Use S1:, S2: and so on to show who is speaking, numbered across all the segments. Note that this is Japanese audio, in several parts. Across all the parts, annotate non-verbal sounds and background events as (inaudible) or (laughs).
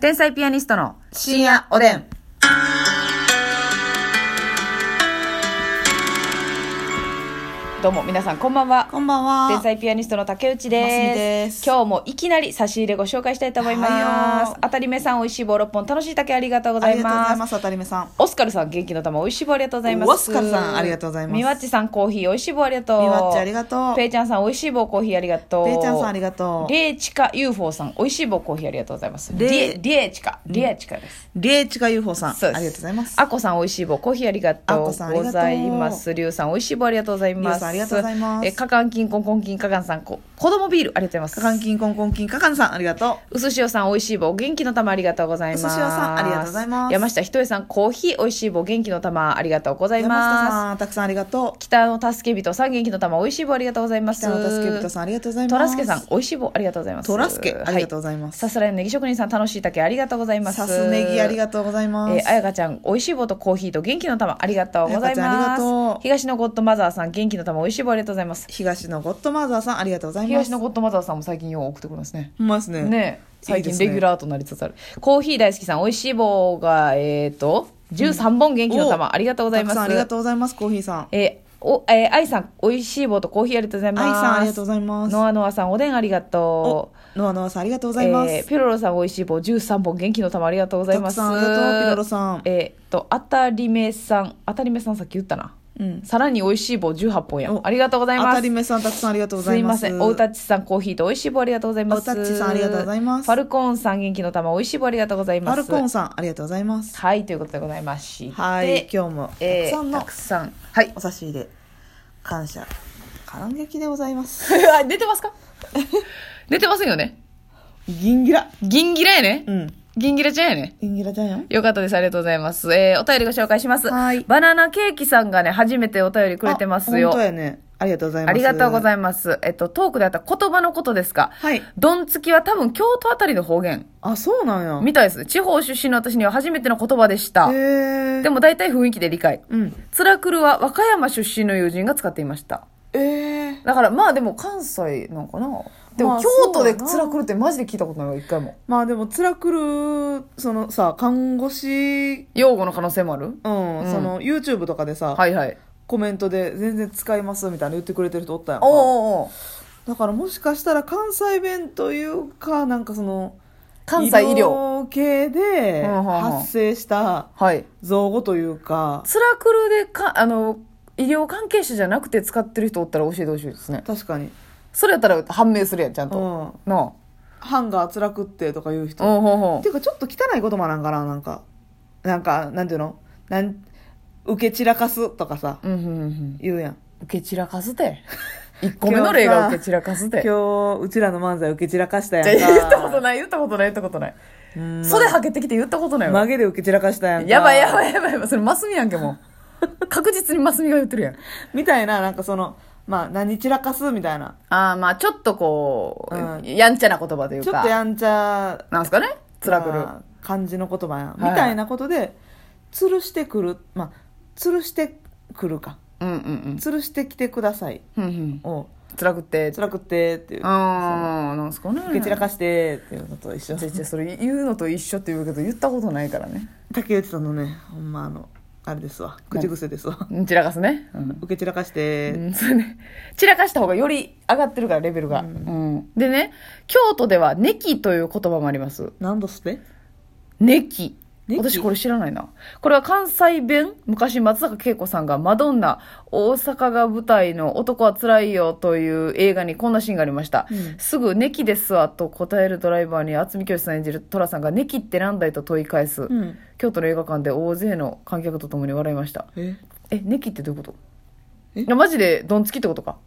S1: 天才ピアニストの
S2: 深夜おでん。
S1: どうも皆さんこんばんは
S2: こんばんは。
S1: 天才ピアニストの竹内
S2: ますみ
S1: で
S2: ですす
S1: 今日もいきなり差し入れご紹介したいと思いま
S2: は
S1: す
S2: ーい
S1: 当たり目さん美味しい棒6本楽しい竹ありがとうご
S2: あ
S1: ざ
S2: り
S1: い
S2: がとうござ
S1: ま
S2: い
S1: す
S2: ます。当たり目さん。
S1: オスカルさん元気の玉美味しい棒ありがとうございます
S2: オスカルさんありがとうございます
S1: みわっちさんコーヒー美味しい棒ありがとう
S2: みわっちありがとう
S1: ペイちゃんさん美味しい棒コーヒーありがとう
S2: ペイちゃんさんありがとう
S1: レイチカ UFO さん美味しい棒コーヒーありがとうございます
S2: レイ
S1: リエリエチカリエチカです
S2: りえちか UFO さん。あり
S1: そう
S2: が
S1: です
S2: とうございます。
S1: あこさん美味しい棒コーヒーありがと
S2: あ
S1: う
S2: こさんありがと
S1: ご
S2: う
S1: ざいますりゅうさん美味しい棒ありがとうございます
S2: りゅうさんありがとうございます
S1: えかかんきんこんこんきんかかんさんこ子供ビールありがとうございます
S2: かかんきんこんこんきんかかんさん、ありがと
S1: うすしおさん、おいしい棒、元気の玉ありがとうございます。
S2: うすしおさんありがとうございます
S1: 山下ひとえさん、コーヒー、おいしい棒、元気の玉ありがとうござ
S2: う。
S1: い
S2: 山下
S1: ます。
S2: さん、たくさんありがとう。
S1: 北の助け人さん、元気の玉、おいしい棒ありがとうございます。
S2: 北野助人さん、ありがとうございます。
S1: トラスケさん、。おいしい棒、ありがとうございます。
S2: トラスケありがとうござい
S1: は
S2: ま
S1: い
S2: す
S1: さすらいのネギ職人さん、楽しい竹、ありがとうございます。
S2: さすねぎ、ありがとうございます。
S1: えー、あやかちゃん、おいしい棒とコーヒーと元気の玉、ありがとうござい
S2: あやかちゃんあ
S1: ま
S2: りがと
S1: す。
S2: う
S1: 東のゴッドマザーさん、元気の玉、おいしい棒、ありがとうございます。
S2: 東のゴッドマザーさん、ありがとうございます。
S1: 東のゴッドマザーさんも最近よう送ってくるんですね。
S2: ほんまですね。
S1: ね最
S2: い
S1: 近
S2: いですね
S1: レギュラーとなりつつあるコーヒー大好きさん美味しい棒がえっ、と13本元気の玉、
S2: お
S1: ありがとうございます
S2: たくさんありがとうございます、コーヒーさん。
S1: えーおえー、愛さん美味しい棒とコーヒーありがとうございます
S2: 愛さんありがとうございます
S1: ノアノアさんおでんありがと
S2: お
S1: う
S2: ノアノアさん、ありがとうございます。
S1: えーピロロさん美味しい棒13本元気の玉ありがとうございます
S2: たくさんありがとうピロロさん
S1: えっ、とあたりめさんあたりめさんさっき言ったな
S2: うん。
S1: さらに美味しい棒18本やん
S2: お
S1: ありがとうございます
S2: 当たり目さん、たくさんありがとうござ
S1: す
S2: い
S1: い
S2: ま。
S1: ますせん。おうたちさん、コーヒーと美味しい棒ありがとうございます。
S2: おうたちさんありがとうございます
S1: ファルコーンさん、元気の玉、美味しい棒ありがとうござい
S2: フ
S1: ま
S2: ァ
S1: す。
S2: ルコーンさん、ありがとうございます。
S1: はい、ということでございまして。
S2: はい、今日も、た
S1: え
S2: くさん
S1: ー、
S2: の
S1: たくさん。はい。
S2: お差し入れ感謝感激でございます
S1: (laughs) あ寝てますか寝てませんよね。
S2: ギンギラ
S1: ギンギラやね。
S2: うん
S1: ギンギラちゃんやね。
S2: ギンギラじゃんよ
S1: よかったです。ありがとうございます。えー、お便りご紹介します。
S2: はい
S1: バナナケーキさんがね、初めてお便りくれてますよ。
S2: あ本当やねありがとうございます
S1: ありがとうござ
S2: い
S1: います。えっと、トークであった言葉のことですか。
S2: はい
S1: ドンつきは多分京都あたりの方言。
S2: ますあそうなんや
S1: みたいですね。地方出身の私には初めての言葉でした。
S2: へえ
S1: でも大体雰囲気で理解。
S2: うん
S1: つらくるは和歌山出身の友人が使っていました。
S2: ええ
S1: だからまあでも関西なんかな。で
S2: ま
S1: も
S2: あ
S1: 京都で
S2: そうやな
S1: つらくるってマジで聞いたことないわ、一回も。
S2: まあでも辛くるそのさ看護師
S1: 用語の可能性もある
S2: うん、
S1: うん
S2: その YouTube とかでさ、
S1: はいはい。
S2: コメントで全然使いますみたいな言ってくれてる人おったやんか
S1: おうおうおう
S2: だからもしかしたら関西弁というかなんかその
S1: 関西医療。
S2: 系で
S1: うんうんうん
S2: 発生した
S1: はい。
S2: 造語というか
S1: つらくるでか、あの、医療関係者じゃなくて使ってる人おったら教えてほしいですね。
S2: 確かに、
S1: それやったら判明するやん、ちゃん
S2: う
S1: と。
S2: ん、
S1: な
S2: ハンガー辛くってとか言う
S1: あ。
S2: 人、
S1: うん、ほうほ
S2: っ
S1: う
S2: て。いうかちょっと汚い言葉なんかななんかなんかなんていうのなん受け散らかすとかさ
S1: うん、うん、うん。
S2: 言うやん
S1: 受け散らかす (laughs) て。1個目の例が受け散らかすて。
S2: 今日うちらの漫才受け散らかしたやん
S1: じゃ
S2: か
S1: あ言ったことない、言ったことない、言ったことない。
S2: うん
S1: 袖はけてきて言ったことないわ
S2: 曲げで受け散らかしたやんか
S1: やばいや
S2: い
S1: ばいやばいやばい。それマスミやんけ、もう。確実にマスミが言ってるやん。
S2: みたいななんかそのまあ何散らかすみたいな
S1: ああ、まあちょっとこう、
S2: うん
S1: やんちゃな言葉というか。
S2: ちょっとやんちゃ
S1: なんすかねつらくる。
S2: まあ感じの言葉やん、
S1: はい
S2: みたいなことで吊るしてくるまあ吊るしてくるか
S1: うんうん
S2: 吊るしてきてください
S1: うん。うんうん。
S2: を
S1: つらくって。
S2: 辛くってっていう
S1: ああ、なんすかね。
S2: 受け散らかしてっていうのと一緒
S1: ちょいちょいそれ言うのと一緒って言うけど、言ったことないからね。
S2: 竹内さんのねほんまあのあれですわ口癖ですわ
S1: うん散らかすね。うん。
S2: 受け散らかし
S1: う
S2: て
S1: んそうね。散らかした方がより上がってるから、レベルが。うん。でね、京都では、ネキという言葉もあります。
S2: 何度して
S1: ネキ。
S2: ネキ
S1: 私これ知らないな。これは関西弁昔松坂慶子さんがマドンナ、大阪が舞台の男は辛いよという映画にこんなシーンがありました。
S2: うん
S1: すぐネキですわと答えるドライバーに渥美清さん演じる寅さんがネキってなんだいと問い返す。
S2: うん
S1: 京都の映画館で大勢の観客と共に笑いました。
S2: え
S1: え、ネキってどういうこと
S2: え
S1: いやマジでドンつきってことか。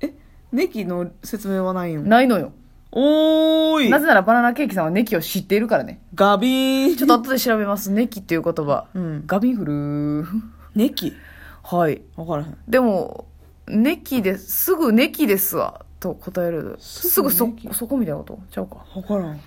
S2: えネキの説明はないよ
S1: ないのよ。
S2: おー
S1: ないぜならバナナケーキさんはネキを知っているからね。
S2: ガビー
S1: ちょっと後で調べます。ネキっていう言葉。
S2: うん
S1: ガビンフルー。
S2: ネキ
S1: はい。
S2: 分からへん
S1: でも、ネキです、すぐネキですわ、と答える。す
S2: す
S1: ぐ
S2: ぐ
S1: そ
S2: ネキ、
S1: そこみたいなことちゃうか。
S2: 分からん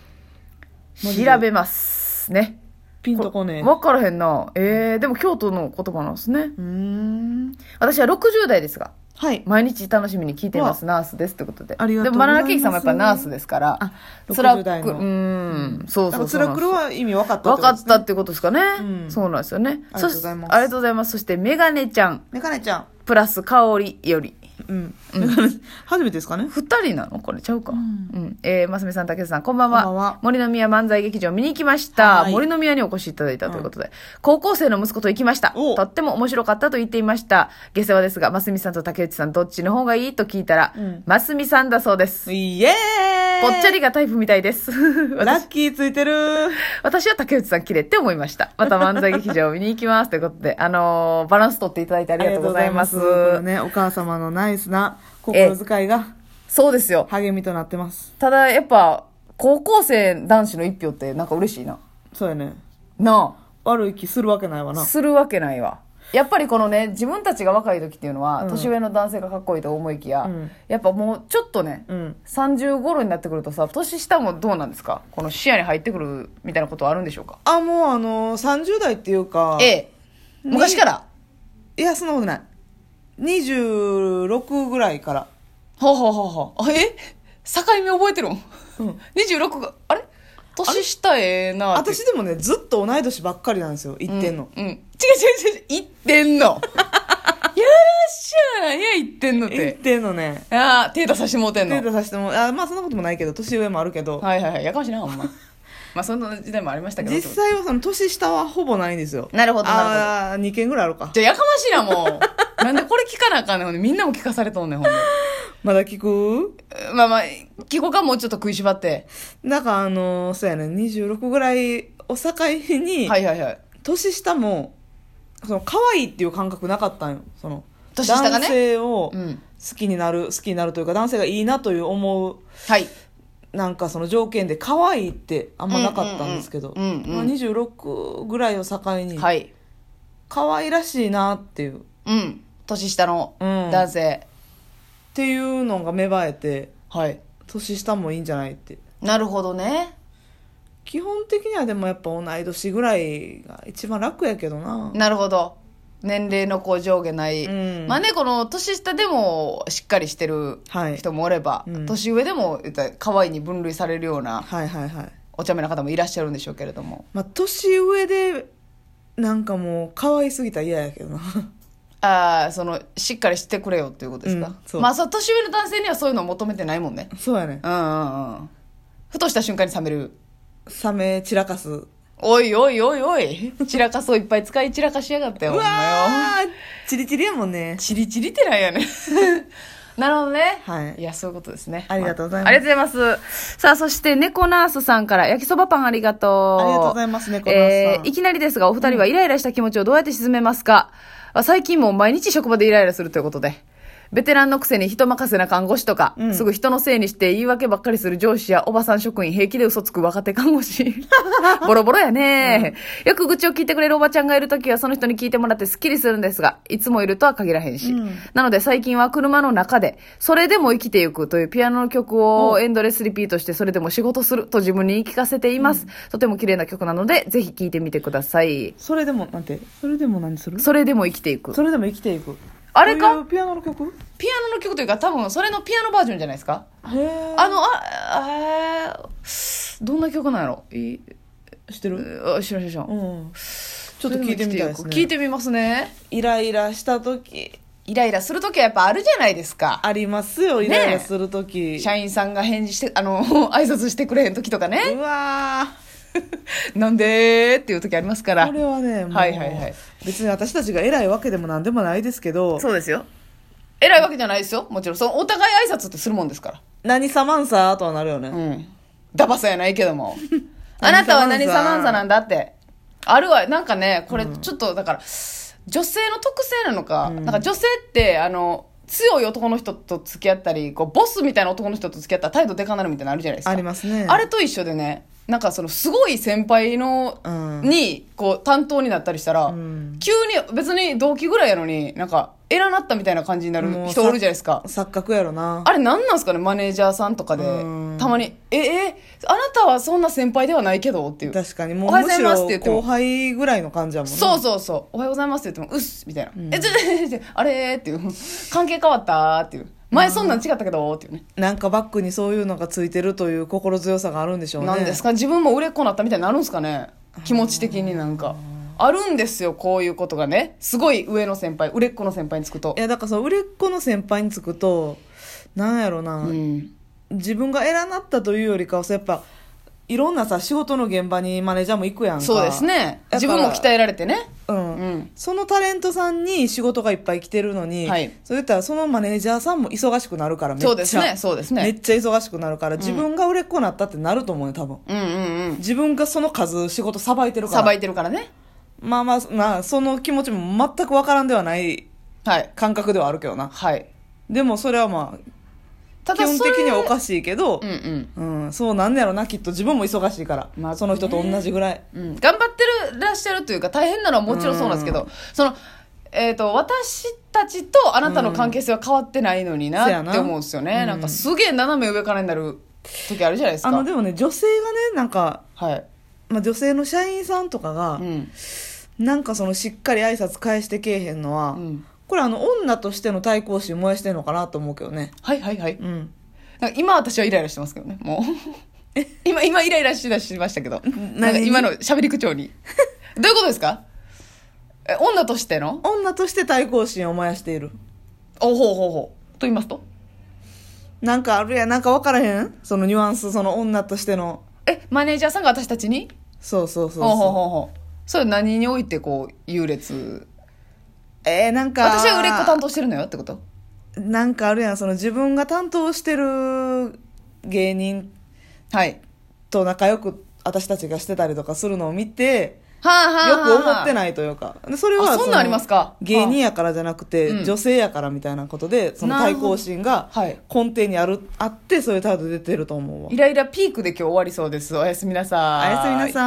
S2: マジで
S1: 調べます。ね。
S2: ピンとこねえ
S1: わからへんな。えー、でも京都の言葉なんですね。
S2: うーん
S1: 私は60代ですが、
S2: はい。
S1: 毎日楽しみに聞いていますナースですってことで
S2: ありがとう
S1: でも
S2: ご
S1: バ
S2: ざい
S1: ナ
S2: ます
S1: ナケーキさんもやっぱナースですから
S2: あ
S1: つらく
S2: 60代の
S1: うんそうそ
S2: だ
S1: う
S2: から、
S1: そ
S2: つ
S1: うな
S2: ら
S1: ん
S2: く
S1: です
S2: るは意味分かった
S1: 分かっ
S2: こ
S1: た
S2: とですね
S1: っ。てことですかね、
S2: うん
S1: そうなんですよね
S2: ありがとうござい
S1: そ
S2: ます
S1: しありがとうございますそしてメガネちゃん
S2: メカネちゃん。
S1: プラス香りより
S2: うん。メガネ初めてですかね
S1: 二人なのこれちゃうか。うんん。えー、ますみさん、たけさん、こんばんは。
S2: こんばんは
S1: 森の宮漫才劇場見に行きました。
S2: はい
S1: 森の宮にお越しいただいたということで、高校生の息子と行きました。
S2: お
S1: とっても面白かったと言っていました。下世話ですが、ますみさんと竹内さん、どっちの方がいいと聞いたら
S2: うん、
S1: ますみさんだそうです。
S2: イエーイ
S1: ぽっちゃりがタイプみたいです。
S2: ラ
S1: 私
S2: ッキーついてる
S1: 私は竹内さん綺麗って思いました。また漫才劇場見に行きます。ということで、あのーバランス取っていただいてあ
S2: あ
S1: りがとうございます。
S2: りがとうございまね、お母様のナイスな心遣いが
S1: そうですよ。
S2: 励みとなってます。
S1: ただやっぱ高校生男子の一票ってなんか嬉しいな
S2: そうやね。
S1: な
S2: 悪い気するわけないわ
S1: あ
S2: な。
S1: するわけないわやっぱりこのね自分たちが若い時っていうのは、
S2: うん
S1: 年上の男性がかっこいいと思いきや、
S2: うん
S1: やっぱもうちょっとね、
S2: うん。
S1: 30頃になってくるとさ年下もどうなんですかこの視野に入ってくるみたいなことはあるんでしょうか
S2: あ、もうあのー、30代っていうか、
S1: ええ昔から
S2: いや、そんなことない。26ぐらいから。
S1: はあ、はあはあはあ、え境目覚えてるもん、
S2: うん
S1: 26があれ年下ええなって
S2: 私でもね、ずっと同い年ばっかりなんですよ、言ってんの。
S1: うん。違う違う違う、言ってん
S2: (laughs)
S1: の。やらしゃないや、言ってんのっ。
S2: 言っててんのね。
S1: ああ、手出さしてもうてん
S2: デ
S1: の
S2: ー。タさせても、あまあそんなこともないけど、年上もあるけど、
S1: はいはいはい。やかましいな、ほんま。まあ、そんな時代もありましたけど。
S2: 実際はその年下はほぼないんですよ。
S1: なるほどなるほど
S2: ああー、2件ぐらいあるか。
S1: じゃあ、やかましいな、もう。
S2: (laughs)
S1: なんでこれ聞かなあかんねん、ほんで。みんなも聞かされとんねん、ほんで。
S2: まだ聞く
S1: まあまあ、聞こうか、もうちょっと食いしばって。
S2: なんかあのーそうやね、26ぐらいお境に、
S1: はいはいはい。
S2: 年下も、その、可愛いっていう感覚なかったんよ。その、
S1: 年下がね
S2: 男性を
S1: う
S2: 好
S1: ん。
S2: きになる、好きになるというか、男性がいいなという思う、
S1: はい。
S2: なんかその条件で可愛いってあんまなかったんですけど、
S1: うんうんうんうんうん
S2: まあ、26ぐらいを境に、
S1: はい。
S2: 可愛らしいなっていう、っ
S1: うん。年下の
S2: うん
S1: 男性。
S2: ていうのが芽生えて、
S1: はい。
S2: 年下もいいんじゃないって
S1: なるほどね。
S2: 基本的にはでもやっぱ同い年ぐらいが一番楽やけどな
S1: なるほど。年齢のこう上下ない。
S2: うん
S1: まあね、この年下でもしっかりしてる
S2: はい
S1: 人もおれば、
S2: うん
S1: 年上でも言ったら可愛いに分類されるような
S2: はいはいはい
S1: お茶目な方もいらっしゃるんでしょうけれども
S2: まあ年上でなんかもう可愛すぎたら嫌やけどな (laughs)
S1: ああそのしっかりしてくれよっていうことですか、
S2: うんそう
S1: まあそう年上の男性にはそういうのを求めてないもんね
S2: そうやね
S1: うんうんうんふとした瞬間に冷める
S2: サメ散らかすう
S1: おいおいおいおい散らかそういっぱい使い散らかしやがったよお前よ
S2: わーチリチリやもんね
S1: チリチリってなん
S2: (laughs)
S1: やねんなるほどね
S2: はい
S1: いや、そういうことですね。
S2: ありがとうございます
S1: ありがとうございます。さあ、そして、猫ナースさんから、焼きそばパンありがとう。
S2: ありがとうございます猫ナースさん
S1: えーいきなりですが、お二人はイライラした気持ちをどうやって沈めますか、あ最近もう毎日職場でイライラするということで。ベテランのくせに人任せな看護師とか、
S2: うん
S1: すぐ人のせいにして言い訳ばっかりする上司やおばさん職員平気で嘘つく若手看護 (laughs) 師。ボロボロやね、よく愚痴を聞いてくれるおばちゃんがいるときはその人に聞いてもらってスッキリするんですが、いつもいるとは限らへんし。
S2: うん
S1: なので最近は車の中で、それでも生きていくというピアノの曲をエンドレスリピートして、それでも仕事すると自分に言い聞かせています。とても綺麗な曲なので、ぜひ聴いてみてください。
S2: それでもなんてそれでも何する
S1: それでも生きていく。
S2: それでも生きていく
S1: あれか
S2: こういうピアノの曲へ
S1: ピアノの曲というか、多分それのピアノバージョンじゃないですか
S2: え
S1: あの、あ、あーどんな曲なんやろい
S2: してる
S1: あ知らん知らん知ら。
S2: うんんちょっと聞いてみたいですね
S1: 聞いてみますね。
S2: イライラした時
S1: イライラするときはやっぱあるじゃないですか。
S2: ありますよイライラする時、
S1: 社員さんが返事して、あの、 (laughs) 挨拶してくれへんときとかね。
S2: (laughs) うわー
S1: なんでーっていうときありますから
S2: こ。れはね、もう
S1: はいはいはい
S2: 別に私たちが偉いわけでも何でもないですけど、
S1: そうですよ。偉いわけじゃないですよ。もちろん。そのお互い挨拶ってするもんですか
S2: 何様んさとはなるよ
S1: ら。う
S2: ね。
S1: ん。ダバさやないけども。 (laughs) あなたは何様んざなんだって。あるわ。なんかね、これちょっとだから、女性の特性なのか、なんか女性って、あの、強い男の人と付き合ったり、こう、ボスみたいな男の人と付き合ったら態度でかなるみたいなのあるじゃないですか。
S2: ありますね。
S1: あれと一緒でね、なんかそのすごい先輩の、
S2: うん
S1: にこう担当になったりしたら、
S2: ん
S1: 急に別に同期ぐらいやのになんか偉なったみたいな感じになる
S2: もう
S1: 人おるじゃないですか
S2: 錯覚やろな
S1: あれ何なんすかねマネージャーさんとかで
S2: うん
S1: たまに「ええあなたはそんな先輩ではないけど」っていう
S2: 確かに
S1: お
S2: も
S1: は
S2: う
S1: ようご
S2: む
S1: ざいま
S2: しろ
S1: すって言っても
S2: 後輩ぐらいの感じやもんな
S1: そうそうそう「おはようございます」って言っても「うっす」みたいな「えちょちょちょちょあれ?」っていう「関係変わった?」っていう「前そんなん違ったけど」っていうね
S2: なんかバックにそういうのがついてるという心強さがあるんでしょうね
S1: なんですか自分も売れっ子になったみたいになるんですかね気持ち的になんかあるんですよこういうことがねすごい上の先輩売れっ子の先輩につくと
S2: いやだからその売れっ子の先輩につくとなんやろな、
S1: うん
S2: 自分が偉なったというよりかはそうやっぱいろんなさ仕事の現場にマネージャーも行くやんか
S1: そうですね
S2: やっぱ
S1: 自分も鍛えられてね
S2: うん、
S1: うん
S2: そのタレントさんに仕事がいっぱい来てるのに、
S1: はい
S2: そういったらそのマネージャーさんも忙しくなるからめっちゃ
S1: そうですねそうです
S2: め
S1: ね
S2: っちゃ忙しくなるから自分が売れっ子になったってなると思うね多分
S1: うんうんうん
S2: 自分がその数仕事さばいてるから
S1: さばいてるからね
S2: まあまあなその気持ちも全くわからんではない
S1: はい
S2: 感覚ではあるけどな
S1: はい
S2: でもそれはまあ
S1: た
S2: 基本
S1: それ
S2: 的にはおかしいけど
S1: うんうん
S2: うん、そうなんねやろなきっと自分も忙しいから、
S1: まあ
S2: その人と同じぐらい
S1: うん、頑張ってるらっしゃるというか大変なのはもちろんそうなんですけど、その、えー、と私たちとあなたの関係性は変わってないのに
S2: うんせ
S1: な
S2: やな
S1: って思うんですよね、
S2: うん
S1: なんかすげえ斜め上からになる時あるじゃないです
S2: あ
S1: か
S2: のでもね女性がねなんか、
S1: はい、
S2: まあ、女性の社員さんとかが
S1: う、ん
S2: なんかそのしっかり挨拶返してけえへんのは、
S1: うん、
S2: これあの女としての対抗心燃やしてんのかなと思うけどね
S1: はいはいはい
S2: うん
S1: なんか今私はイライラしてますけどね
S2: (laughs)
S1: もう今今イライラしだしましたけどなんか今の喋り口調
S2: (laughs)
S1: にどういうことですかえ女としての
S2: 女として対抗心を燃やしている
S1: おほうほうほうと言いますと
S2: なんかあるやんなんか分からへんそのニュアンスその女としての
S1: えマネージャーさんが私たちに
S2: そうそうそう
S1: ほうほう
S2: そ
S1: ほうほうそれ何においてこう優劣
S2: うえー、なんか
S1: 私は売れっ子担当してるのよってこと
S2: なんかあるやんその自分が担当してる芸人
S1: はい
S2: と仲良く私たちがしてたりとかするのを見て
S1: はあは
S2: よく思って
S1: い
S2: ないというかでそれは
S1: あそんなん
S2: の
S1: ありますか
S2: 芸人やからじゃなくて、
S1: うん
S2: 女性やからみたいなことでその
S1: なる
S2: 対
S1: ほど
S2: 抗心が
S1: はい
S2: 根底にあるあってそういう態度出てると思うわ
S1: イライラピークで今日終わりそうですおやすみなさ
S2: お
S1: い
S2: やすみなさい